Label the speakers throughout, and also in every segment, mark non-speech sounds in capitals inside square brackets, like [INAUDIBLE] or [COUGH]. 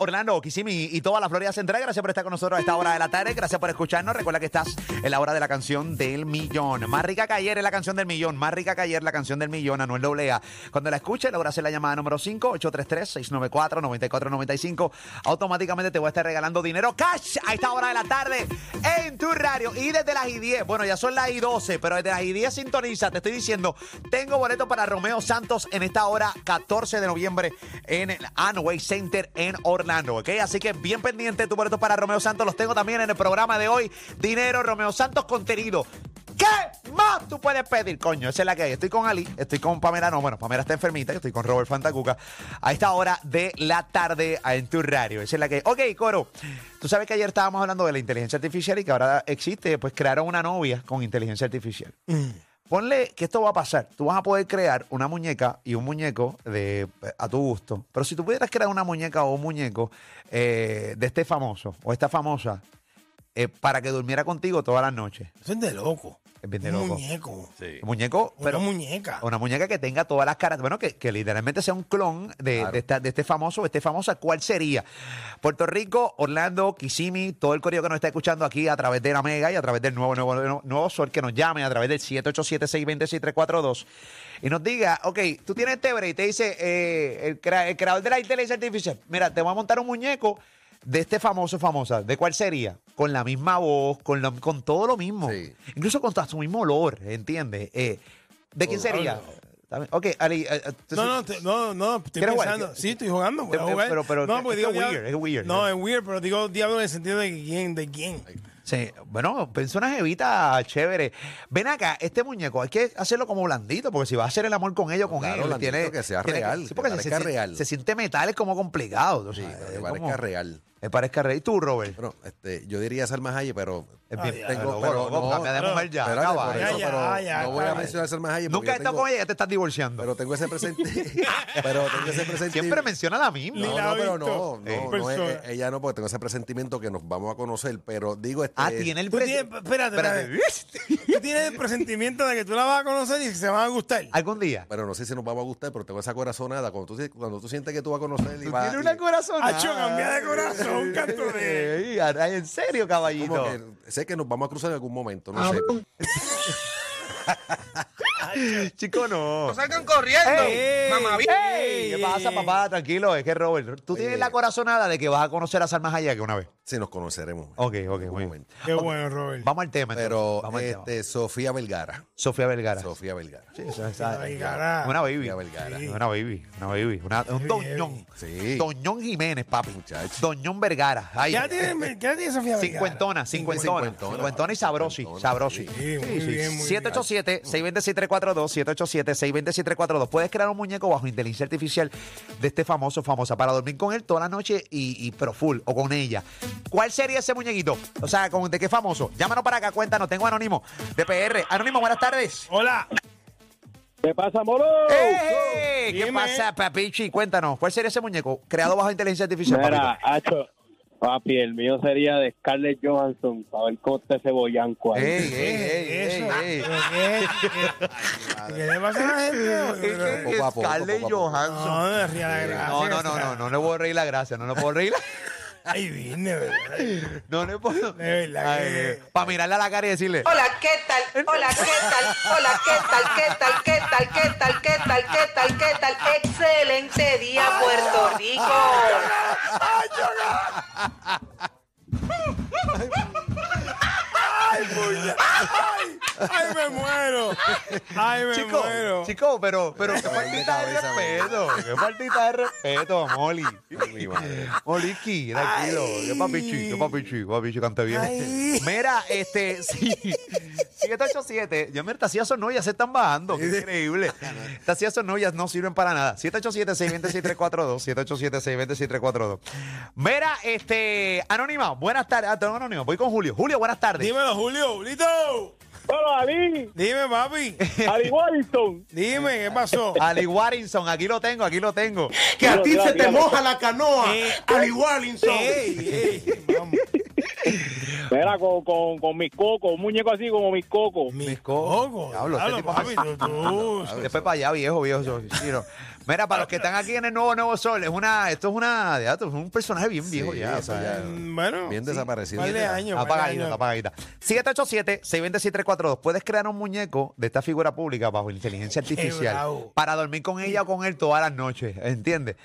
Speaker 1: Orlando, Kissimmee y toda la Florida Central. Gracias por estar con nosotros a esta hora de la tarde. Gracias por escucharnos. Recuerda que estás en la hora de la canción del millón. Más rica que ayer es la canción del millón. Más rica que ayer la canción del millón. Anuel Doblea. Cuando la escuches, logra hacer la llamada número 5 833-694-9495. Automáticamente te voy a estar regalando dinero cash a esta hora de la tarde en tu radio. Y desde las y 10, bueno, ya son las y 12, pero desde las y 10 sintoniza. Te estoy diciendo, tengo boleto para Romeo Santos en esta hora 14 de noviembre en el Anway Center en Orlando, ¿ok? Así que bien pendiente tu boleto para Romeo Santos. Los tengo también en el programa de hoy. Dinero, Romeo Santos, contenido. ¿Qué más tú puedes pedir, coño? Esa es la que hay. Estoy con Ali, estoy con Pamela, no, bueno, Pamela está enfermita, yo estoy con Robert Fantacuca a esta hora de la tarde en tu radio. Esa es la que hay. Ok, Coro, tú sabes que ayer estábamos hablando de la inteligencia artificial y que ahora existe, pues crearon una novia con inteligencia artificial. Ponle que esto va a pasar. Tú vas a poder crear una muñeca y un muñeco de, a tu gusto. Pero si tú pudieras crear una muñeca o un muñeco eh, de este famoso o esta famosa eh, para que durmiera contigo todas las noches.
Speaker 2: Eso es de loco.
Speaker 1: Es bien de
Speaker 2: Un
Speaker 1: loco.
Speaker 2: muñeco.
Speaker 1: Un Muñeco,
Speaker 2: Una
Speaker 1: pero
Speaker 2: muñeca.
Speaker 1: Una muñeca que tenga todas las caras. Bueno, que, que literalmente sea un clon de, de esta- de este famoso o este famosa. ¿Cuál sería? Puerto Rico, Orlando, Kissimmee, todo el correo que nos está escuchando aquí a través de la Mega y a través del nuevo, nuevo, nuevo, nuevo Sol que nos llame a través del 787-620-6342 y nos diga, ok, tú tienes este break y te dice eh, el, crea- el creador de la inteligencia artificial, mira, te voy a montar un muñeco de este famoso, famosa, ¿de cuál sería? Con la misma voz, con, lo- con todo lo mismo. Incluso con hasta su mismo olor, ¿entiendes? Eh, ¿De
Speaker 3: Oh,
Speaker 1: quién sería? También- Ok, Ali. eh, eh, entonces-
Speaker 2: No, no, te- no, no, estoy
Speaker 1: ¿Quieres jugar?
Speaker 2: pensando. Sí, estoy jugando. voy a
Speaker 1: Pero-
Speaker 2: jugar.
Speaker 1: pero- pero
Speaker 2: no,
Speaker 1: es
Speaker 2: porque
Speaker 1: que
Speaker 2: digo
Speaker 1: es
Speaker 2: diablo-
Speaker 1: weird, es weird.
Speaker 2: No, es weird, pero digo diablo en el sentido de quién, de quién.
Speaker 1: Sí, bueno, pensó una jevita chévere. Ven acá, este muñeco hay que hacerlo como blandito, porque si va a hacer el amor con ellos, con
Speaker 3: Claro,
Speaker 1: él,
Speaker 3: blandito,
Speaker 1: tiene
Speaker 3: que sea
Speaker 1: tiene
Speaker 3: real,
Speaker 1: sí,
Speaker 3: que
Speaker 1: porque se,
Speaker 3: parezca
Speaker 1: se-
Speaker 3: real.
Speaker 1: se siente metal, es como complicado. tú
Speaker 3: Sí,
Speaker 1: sabes,
Speaker 3: pero que
Speaker 1: es
Speaker 3: parezca
Speaker 1: como-
Speaker 3: real.
Speaker 1: Me parezca real. ¿Y tú, Robert?
Speaker 3: Bueno, este, yo diría Salma Hayek, pero
Speaker 1: Es
Speaker 2: Ah,
Speaker 1: bien-
Speaker 2: ya,
Speaker 1: tengo-
Speaker 2: loco,
Speaker 1: pero no, cambia de
Speaker 2: pero-
Speaker 1: mujer ya,
Speaker 3: espérate,
Speaker 1: acaba,
Speaker 3: por
Speaker 1: eh.
Speaker 2: ya,
Speaker 3: eso,
Speaker 2: ya,
Speaker 3: pero
Speaker 2: ya,
Speaker 3: no voy
Speaker 2: está
Speaker 3: a
Speaker 2: bien.
Speaker 3: mencionar a Salma Hayek porque
Speaker 1: Nunca
Speaker 3: yo
Speaker 1: he estado
Speaker 3: tengo-
Speaker 1: con ella, ya te estás divorciando.
Speaker 3: Pero tengo
Speaker 1: [LAUGHS]
Speaker 3: ese presente. pero tengo ese presente.
Speaker 1: Siempre menciona la misma.
Speaker 2: Ni
Speaker 3: No,
Speaker 2: la
Speaker 3: no,
Speaker 2: ha
Speaker 3: pero
Speaker 2: visto
Speaker 3: no,
Speaker 2: en
Speaker 3: no, no,
Speaker 2: persona.
Speaker 3: eh, ella no, porque tengo ese presentimiento que nos vamos a conocer, pero digo este.
Speaker 1: ah, tiene el
Speaker 2: Tú
Speaker 1: pre-
Speaker 2: tienes, espérate,
Speaker 1: Espérate.
Speaker 2: espérate. Tú tienes el presentimiento de que tú la vas a conocer y que se van a gustar.
Speaker 1: [LAUGHS] Algún día.
Speaker 3: Pero no sé si nos vamos a gustar, pero tengo esa corazonada. Cuando tú, cuando tú sientes que tú vas a conocer y
Speaker 1: Tú
Speaker 3: vas.
Speaker 1: tienes una
Speaker 3: y-
Speaker 1: corazonada.
Speaker 2: Hacho, cambia de corazón, canto de-
Speaker 1: Ey, Aray, en serio, caballito.
Speaker 3: como que sé que nos vamos a cruzar en algún momento,
Speaker 1: Ah,
Speaker 3: no sé.
Speaker 1: Chico, no.
Speaker 4: salgan corriendo.
Speaker 2: Ey,
Speaker 4: mamá, vi-
Speaker 1: Ey, ¿Qué pasa, papá? Tranquilo, es que Robert, tú tienes
Speaker 3: Oye.
Speaker 1: la corazonada de que vas a conocer a Salma Hayek una vez.
Speaker 3: Si nos conoceremos.
Speaker 1: Ok, ok,
Speaker 3: algún
Speaker 1: muy bien.
Speaker 3: momento.
Speaker 2: Qué bueno, Robert.
Speaker 1: Vamos al tema. entonces.
Speaker 3: Pero
Speaker 1: Vamos al tema.
Speaker 3: este, Sofía Vergara.
Speaker 1: Sofía Vergara.
Speaker 3: Sofía Vergara.
Speaker 1: Sí, esa- esa-
Speaker 2: Ay, cara.
Speaker 1: Una baby.
Speaker 3: Sofía Vergara.
Speaker 1: Una baby. Una baby. Una, un doñón.
Speaker 3: Sí.
Speaker 1: Doñón Jiménez, papi.
Speaker 3: Muchacho.
Speaker 1: Doñón Vergara. Ay,
Speaker 2: ¿Qué edad tiene, qué edad tiene Sofía Vergara?
Speaker 1: Cincuentona, cincuentona.
Speaker 3: Cincuentona.
Speaker 1: Cincuentona y sabrosi.
Speaker 3: Cincuentona,
Speaker 1: Sabrosi.
Speaker 3: sí.
Speaker 2: Sí, muy bien, muy bien.
Speaker 1: 787-626-342, 787-626-342. Puedes crear un muñeco bajo inteligencia artificial de este famoso, famosa, para dormir con él toda la noche y, y- pero full, o con ella. ¿Cuál sería ese muñequito? O sea, ¿con de qué famoso? Llámanos para acá, cuéntanos. Tengo a Anónimo de PR. Anónimo, buenas tardes.
Speaker 2: Hola.
Speaker 5: ¿Qué pasa, moro?
Speaker 1: ¡Eh! ¿Qué
Speaker 2: oh, Dime.
Speaker 1: pasa, papichi? Cuéntanos, ¿cuál sería ese muñeco creado bajo inteligencia artificial?
Speaker 5: Mira,
Speaker 1: papito?
Speaker 5: Hacho, papi, el mío sería de Scarlett Johansson, para ver cómo está ese boyanco ahí.
Speaker 1: ¡Ey, ey, ey, ey,
Speaker 2: Eso.
Speaker 1: ey.
Speaker 2: ¿Pero ¿Qué, qué- qué le pasa a la gente?
Speaker 1: Es
Speaker 2: hoy, bro?
Speaker 1: que
Speaker 3: poco a poco,
Speaker 1: Scarlett
Speaker 3: poco a poco.
Speaker 1: Johansson.
Speaker 2: No, no, ría la gracia,
Speaker 1: No, no, no,
Speaker 2: o sea.
Speaker 1: no, no le puedo reír la gracia, no le puedo reír la... [LAUGHS]
Speaker 2: Ay, vine, ¿verdad?
Speaker 1: No le puedo...
Speaker 2: De verdad que-
Speaker 1: Para mirarle a la cara y decirle...
Speaker 6: Hola, ¿qué tal? Hola, ¿qué tal? Hola, ¿qué tal? ¿Qué tal? ¿Qué tal? ¿Qué tal? ¿Qué tal? ¿Qué tal? ¿Qué tal? Excelente día, Puerto Rico.
Speaker 2: [LAUGHS] ¡Ay, me muero! ¡Ay, me
Speaker 1: Chico,
Speaker 2: muero!
Speaker 1: chico, pero, pero qué
Speaker 3: dolor de
Speaker 1: faltita de
Speaker 3: cabeza, me
Speaker 1: respeto. Qué faltita de respeto, Moli.
Speaker 3: [LAUGHS] Mi madre.
Speaker 1: Moliqui, Oh, tranquilo.
Speaker 2: Ay.
Speaker 1: Yo papichi, yo papichi, papichi, cante bien.
Speaker 2: Ay.
Speaker 1: Mira, este, [LAUGHS] sí. 787, ya mira, estas son ya se están bajando. Qué increíble. Estas son novias no sirven para nada. 787-620-6342. 787-620-6342. Mira, este, Anónima, buenas tardes. Ah, tengo Anónima, voy con Julio. Julio, buenas tardes.
Speaker 2: Dímelo, Julio, Julito.
Speaker 1: [LAUGHS]
Speaker 5: ¡Hola, Ali!
Speaker 2: Dime, papi.
Speaker 5: ¡Ali Washington!
Speaker 2: Dime, ¿qué
Speaker 4: [LAUGHS]
Speaker 2: pasó?
Speaker 1: Ali Warinson, aquí lo tengo, aquí lo tengo.
Speaker 4: Que a ti
Speaker 5: Mira,
Speaker 4: se
Speaker 5: mira,
Speaker 4: te
Speaker 5: mira.
Speaker 4: moja la canoa,
Speaker 2: Eh,
Speaker 4: al igual,
Speaker 2: ¡Ey, ey! Vamos.
Speaker 5: Mira, con, con, con mis cocos, un muñeco así como mis cocos.
Speaker 2: Mi coco.
Speaker 1: Diablo, este tipo
Speaker 2: papi, tú, pues, tú.
Speaker 1: Ah, Después para allá, viejo, viejo. yo- sí, no. Mira, para los que están aquí en el nuevo Nuevo Sol, es una, esto es una, ya, esto es un personaje bien viejo
Speaker 3: Sí,
Speaker 1: ya. O
Speaker 3: eso
Speaker 1: sea,
Speaker 3: ya.
Speaker 2: Bueno,
Speaker 3: Bien
Speaker 2: sí,
Speaker 3: desaparecido.
Speaker 2: par de
Speaker 3: Bien
Speaker 2: años, par de
Speaker 1: Apagadita,
Speaker 2: años.
Speaker 1: está apagadita. 787-626-342. Puedes crear un muñeco de esta figura pública bajo
Speaker 2: [LAUGHS]
Speaker 1: inteligencia artificial
Speaker 2: bravo.
Speaker 1: para dormir con ella o con él todas las noches. ¿Entiendes?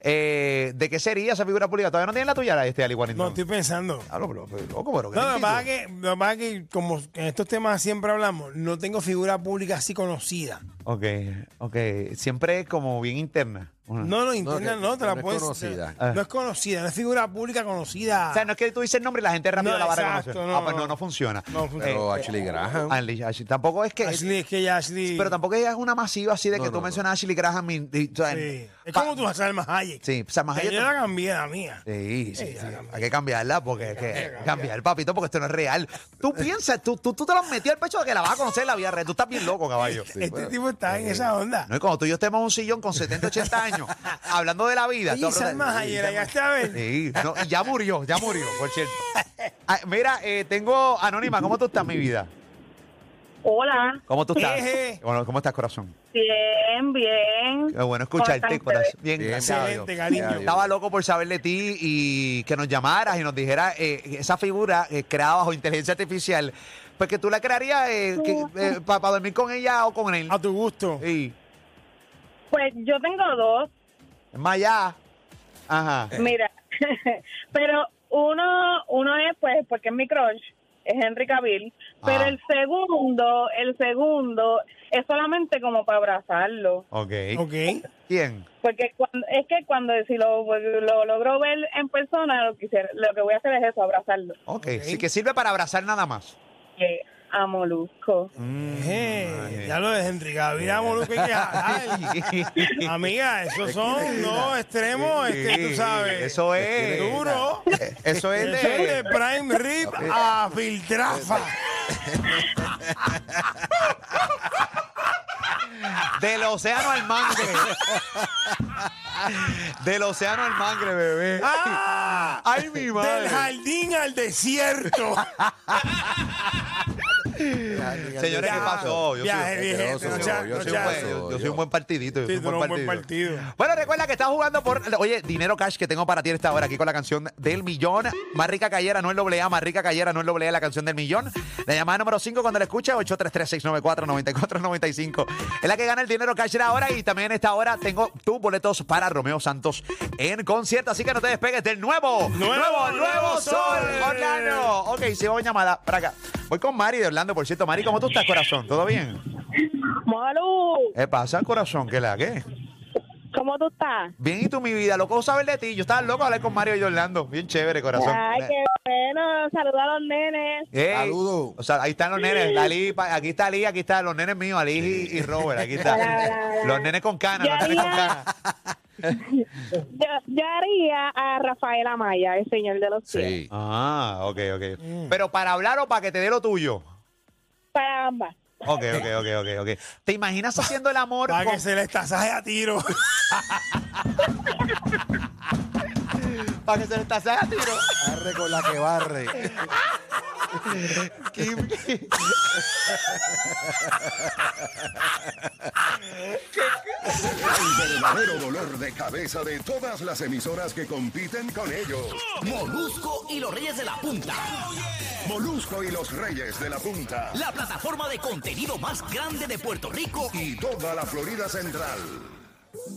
Speaker 1: Eh, ¿De qué sería esa figura pública? Todavía no tiene la tuya, este Ah, Ali Warrington?
Speaker 2: No, estoy pensando.
Speaker 1: Diablo, pero- pero, loco, pero qué
Speaker 2: No, lo que
Speaker 1: lentitud.
Speaker 2: pasa es que, lo que pasa es que, como en estos temas siempre hablamos, no tengo figura pública así conocida.
Speaker 1: Ok, ok. Siempre es como bien interna. Una-
Speaker 2: No, no, interna
Speaker 3: que-
Speaker 2: no, te la
Speaker 3: no es
Speaker 2: puedes.
Speaker 3: conocida.
Speaker 2: No, es conocida, no es figura pública conocida.
Speaker 1: O sea, no es que tú dices el nombre y la gente rápido
Speaker 2: No,
Speaker 1: la va a
Speaker 2: exacto,
Speaker 1: reconocer.
Speaker 2: no,
Speaker 1: ah, pues no,
Speaker 2: no.
Speaker 1: no funciona. Eh,
Speaker 2: No, funciona.
Speaker 3: Pero Ashley Graham.
Speaker 1: Ashley- Ashley- tampoco es que.
Speaker 2: Ashley, es que ya Ashley.
Speaker 1: Pero tampoco ella es una masiva así de
Speaker 3: No,
Speaker 1: que
Speaker 3: no,
Speaker 1: tú
Speaker 3: no.
Speaker 1: mencionas a Ashley Graham. y- y- o sea,
Speaker 2: Sí. Es
Speaker 1: pa-
Speaker 2: como tú vas a Salma Hayek.
Speaker 1: Sí, o sea, más
Speaker 2: Que
Speaker 1: allá.
Speaker 2: yo la cambié la mía.
Speaker 1: Sí, sí, sí. Hay que cambiarla porque hay que cambiar, papito, porque esto no es real. Tú piensas, tú, tú, tú te lo has metido al pecho de que la vas a conocer en la vida real. Tú estás bien loco, caballo.
Speaker 2: [LAUGHS] este
Speaker 3: bueno,
Speaker 2: tipo está en esa onda.
Speaker 1: eh, No, y cuando tú y yo estemos en un sillón con 70, 80
Speaker 2: [LAUGHS]
Speaker 1: años, hablando de la vida.
Speaker 2: Oye,
Speaker 1: tú hablas de-
Speaker 2: Salma Hayek, la llegaste a ver.
Speaker 1: Sí, no, y ya murió, ya murió, por
Speaker 2: [LAUGHS]
Speaker 1: cierto. Ah, mira, eh, tengo Anónima, ¿cómo tú estás, mi vida?
Speaker 7: Hola,
Speaker 1: ¿Cómo tú estás?
Speaker 2: Eje.
Speaker 1: Bueno, ¿cómo estás, corazón?
Speaker 7: bien, bien.
Speaker 1: Qué bueno escucharte,
Speaker 7: Constante.
Speaker 1: corazón. Bien,
Speaker 3: Bien,
Speaker 1: gracias a Dios.
Speaker 2: Excelente, cariño.
Speaker 3: Ya, Dios.
Speaker 1: Estaba loco por saber de ti y que nos llamaras y nos dijeras eh, esa figura eh, creada bajo inteligencia artificial, pues que tú la crearías para dormir con ella o con él.
Speaker 2: A tu gusto.
Speaker 1: Sí.
Speaker 7: Pues yo tengo dos,
Speaker 1: Es más allá. Ajá.
Speaker 2: Eh,
Speaker 7: mira, [LAUGHS] pero uno, uno es pues porque es mi crush, es Henry Cavill, pero
Speaker 1: Ah.
Speaker 7: el segundo, el segundo es solamente como para abrazarlo,
Speaker 1: Ok.
Speaker 2: Ok.
Speaker 1: ¿Quién?
Speaker 7: porque cuando, es que cuando si lo, pues, lo logro ver en persona, lo, quisiera, lo que voy a hacer es eso, abrazarlo.
Speaker 1: Ok. Sí que sirve para abrazar nada
Speaker 2: [LAUGHS]
Speaker 1: más.
Speaker 7: Eh, a Molusco.
Speaker 1: Mm,
Speaker 2: Eje, ya lo de Henry Gaviria, Molusco, hay que jalar.
Speaker 1: [LAUGHS]
Speaker 2: Amiga, esos son dos extremos, este, tú sabes.
Speaker 1: Eso es.
Speaker 2: Duro.
Speaker 1: Eh, Eso es
Speaker 2: Eso es de
Speaker 1: de.
Speaker 2: Prime Rip a Filtrafa.
Speaker 1: Del océano al
Speaker 2: [LAUGHS]
Speaker 1: mangre. Del océano al mangre, bebé.
Speaker 2: ¡Ah!
Speaker 1: Ay, mi
Speaker 2: Del
Speaker 1: madre.
Speaker 2: jardín al desierto.
Speaker 1: Señores, ¿qué
Speaker 2: Ya,
Speaker 1: pasó? Yo
Speaker 2: viaje
Speaker 1: soy-
Speaker 2: bien,
Speaker 3: Yo soy-
Speaker 2: no sea-
Speaker 3: yo
Speaker 2: no
Speaker 3: soy
Speaker 2: sea-
Speaker 3: un
Speaker 1: Pues,
Speaker 3: Eso,
Speaker 1: yo, yo
Speaker 3: yo.
Speaker 1: soy un buen partidito. Yo
Speaker 2: Sí,
Speaker 1: soy un
Speaker 2: tú
Speaker 1: buen
Speaker 2: eres
Speaker 1: partido.
Speaker 2: un buen partido.
Speaker 1: Bueno, recuerda que estás jugando por. Oye, dinero cash que tengo para ti en esta hora aquí con la canción del millón. Más rica cayera, no es doble A, más rica cayera, no es doble A, la canción del millón. La llamada número 5 cuando la escucha, 833-694-9495. Es la que gana el dinero cash de ahora y también en esta hora tengo tus boletos para Romeo Santos en concierto. Así que no te despegues del nuevo,
Speaker 2: Nuevo, nuevo Sol.
Speaker 1: Orlando. Ok, sí, vamos llamada para acá. Voy con Mari de Orlando, por cierto. Mari, ¿cómo tú estás, corazón? ¿Todo bien?
Speaker 7: Molu,
Speaker 1: ¿Qué pasa, corazón? ¿Qué la qué?
Speaker 7: ¿cómo tú estás?
Speaker 1: Bien, y tú, mi vida, loco saber de ti. Yo estaba loco de hablar con Mario y Orlando. Bien chévere, corazón.
Speaker 7: Ay, qué bueno, saluda a los nenes.
Speaker 1: Ey,
Speaker 3: Saludo.
Speaker 1: O sea, ahí están los nenes. Ali, pa- aquí está Ali, aquí están los nenes míos, Ali y- y, Robert. Aquí están.
Speaker 7: Hola, hola, hola.
Speaker 1: Los nenes con canas, los
Speaker 7: Ya,
Speaker 1: nenes con
Speaker 7: ya.
Speaker 1: canas.
Speaker 7: Yo, yo haría a Rafael Amaya, el señor de los cielos,
Speaker 3: Sí.
Speaker 1: Ah, ok, ok. Pero para hablar o para que te dé lo tuyo.
Speaker 7: para ambas.
Speaker 1: Ok, ok, ok, ok, ok. ¿Te imaginas haciendo el amor
Speaker 2: Para
Speaker 1: con-
Speaker 2: que se le estasaje a tiro.
Speaker 1: para que se le estase a tiro?
Speaker 3: Arre con la que
Speaker 1: [LAUGHS]
Speaker 3: barre.
Speaker 1: Kim- Kim-
Speaker 8: El verdadero dolor de cabeza de todas las emisoras que compiten con ellos.
Speaker 9: Molusco y los Reyes de la Punta.
Speaker 8: Molusco y los Reyes de la Punta.
Speaker 9: La plataforma de contenido más grande de Puerto Rico.
Speaker 8: Y toda la Florida Central.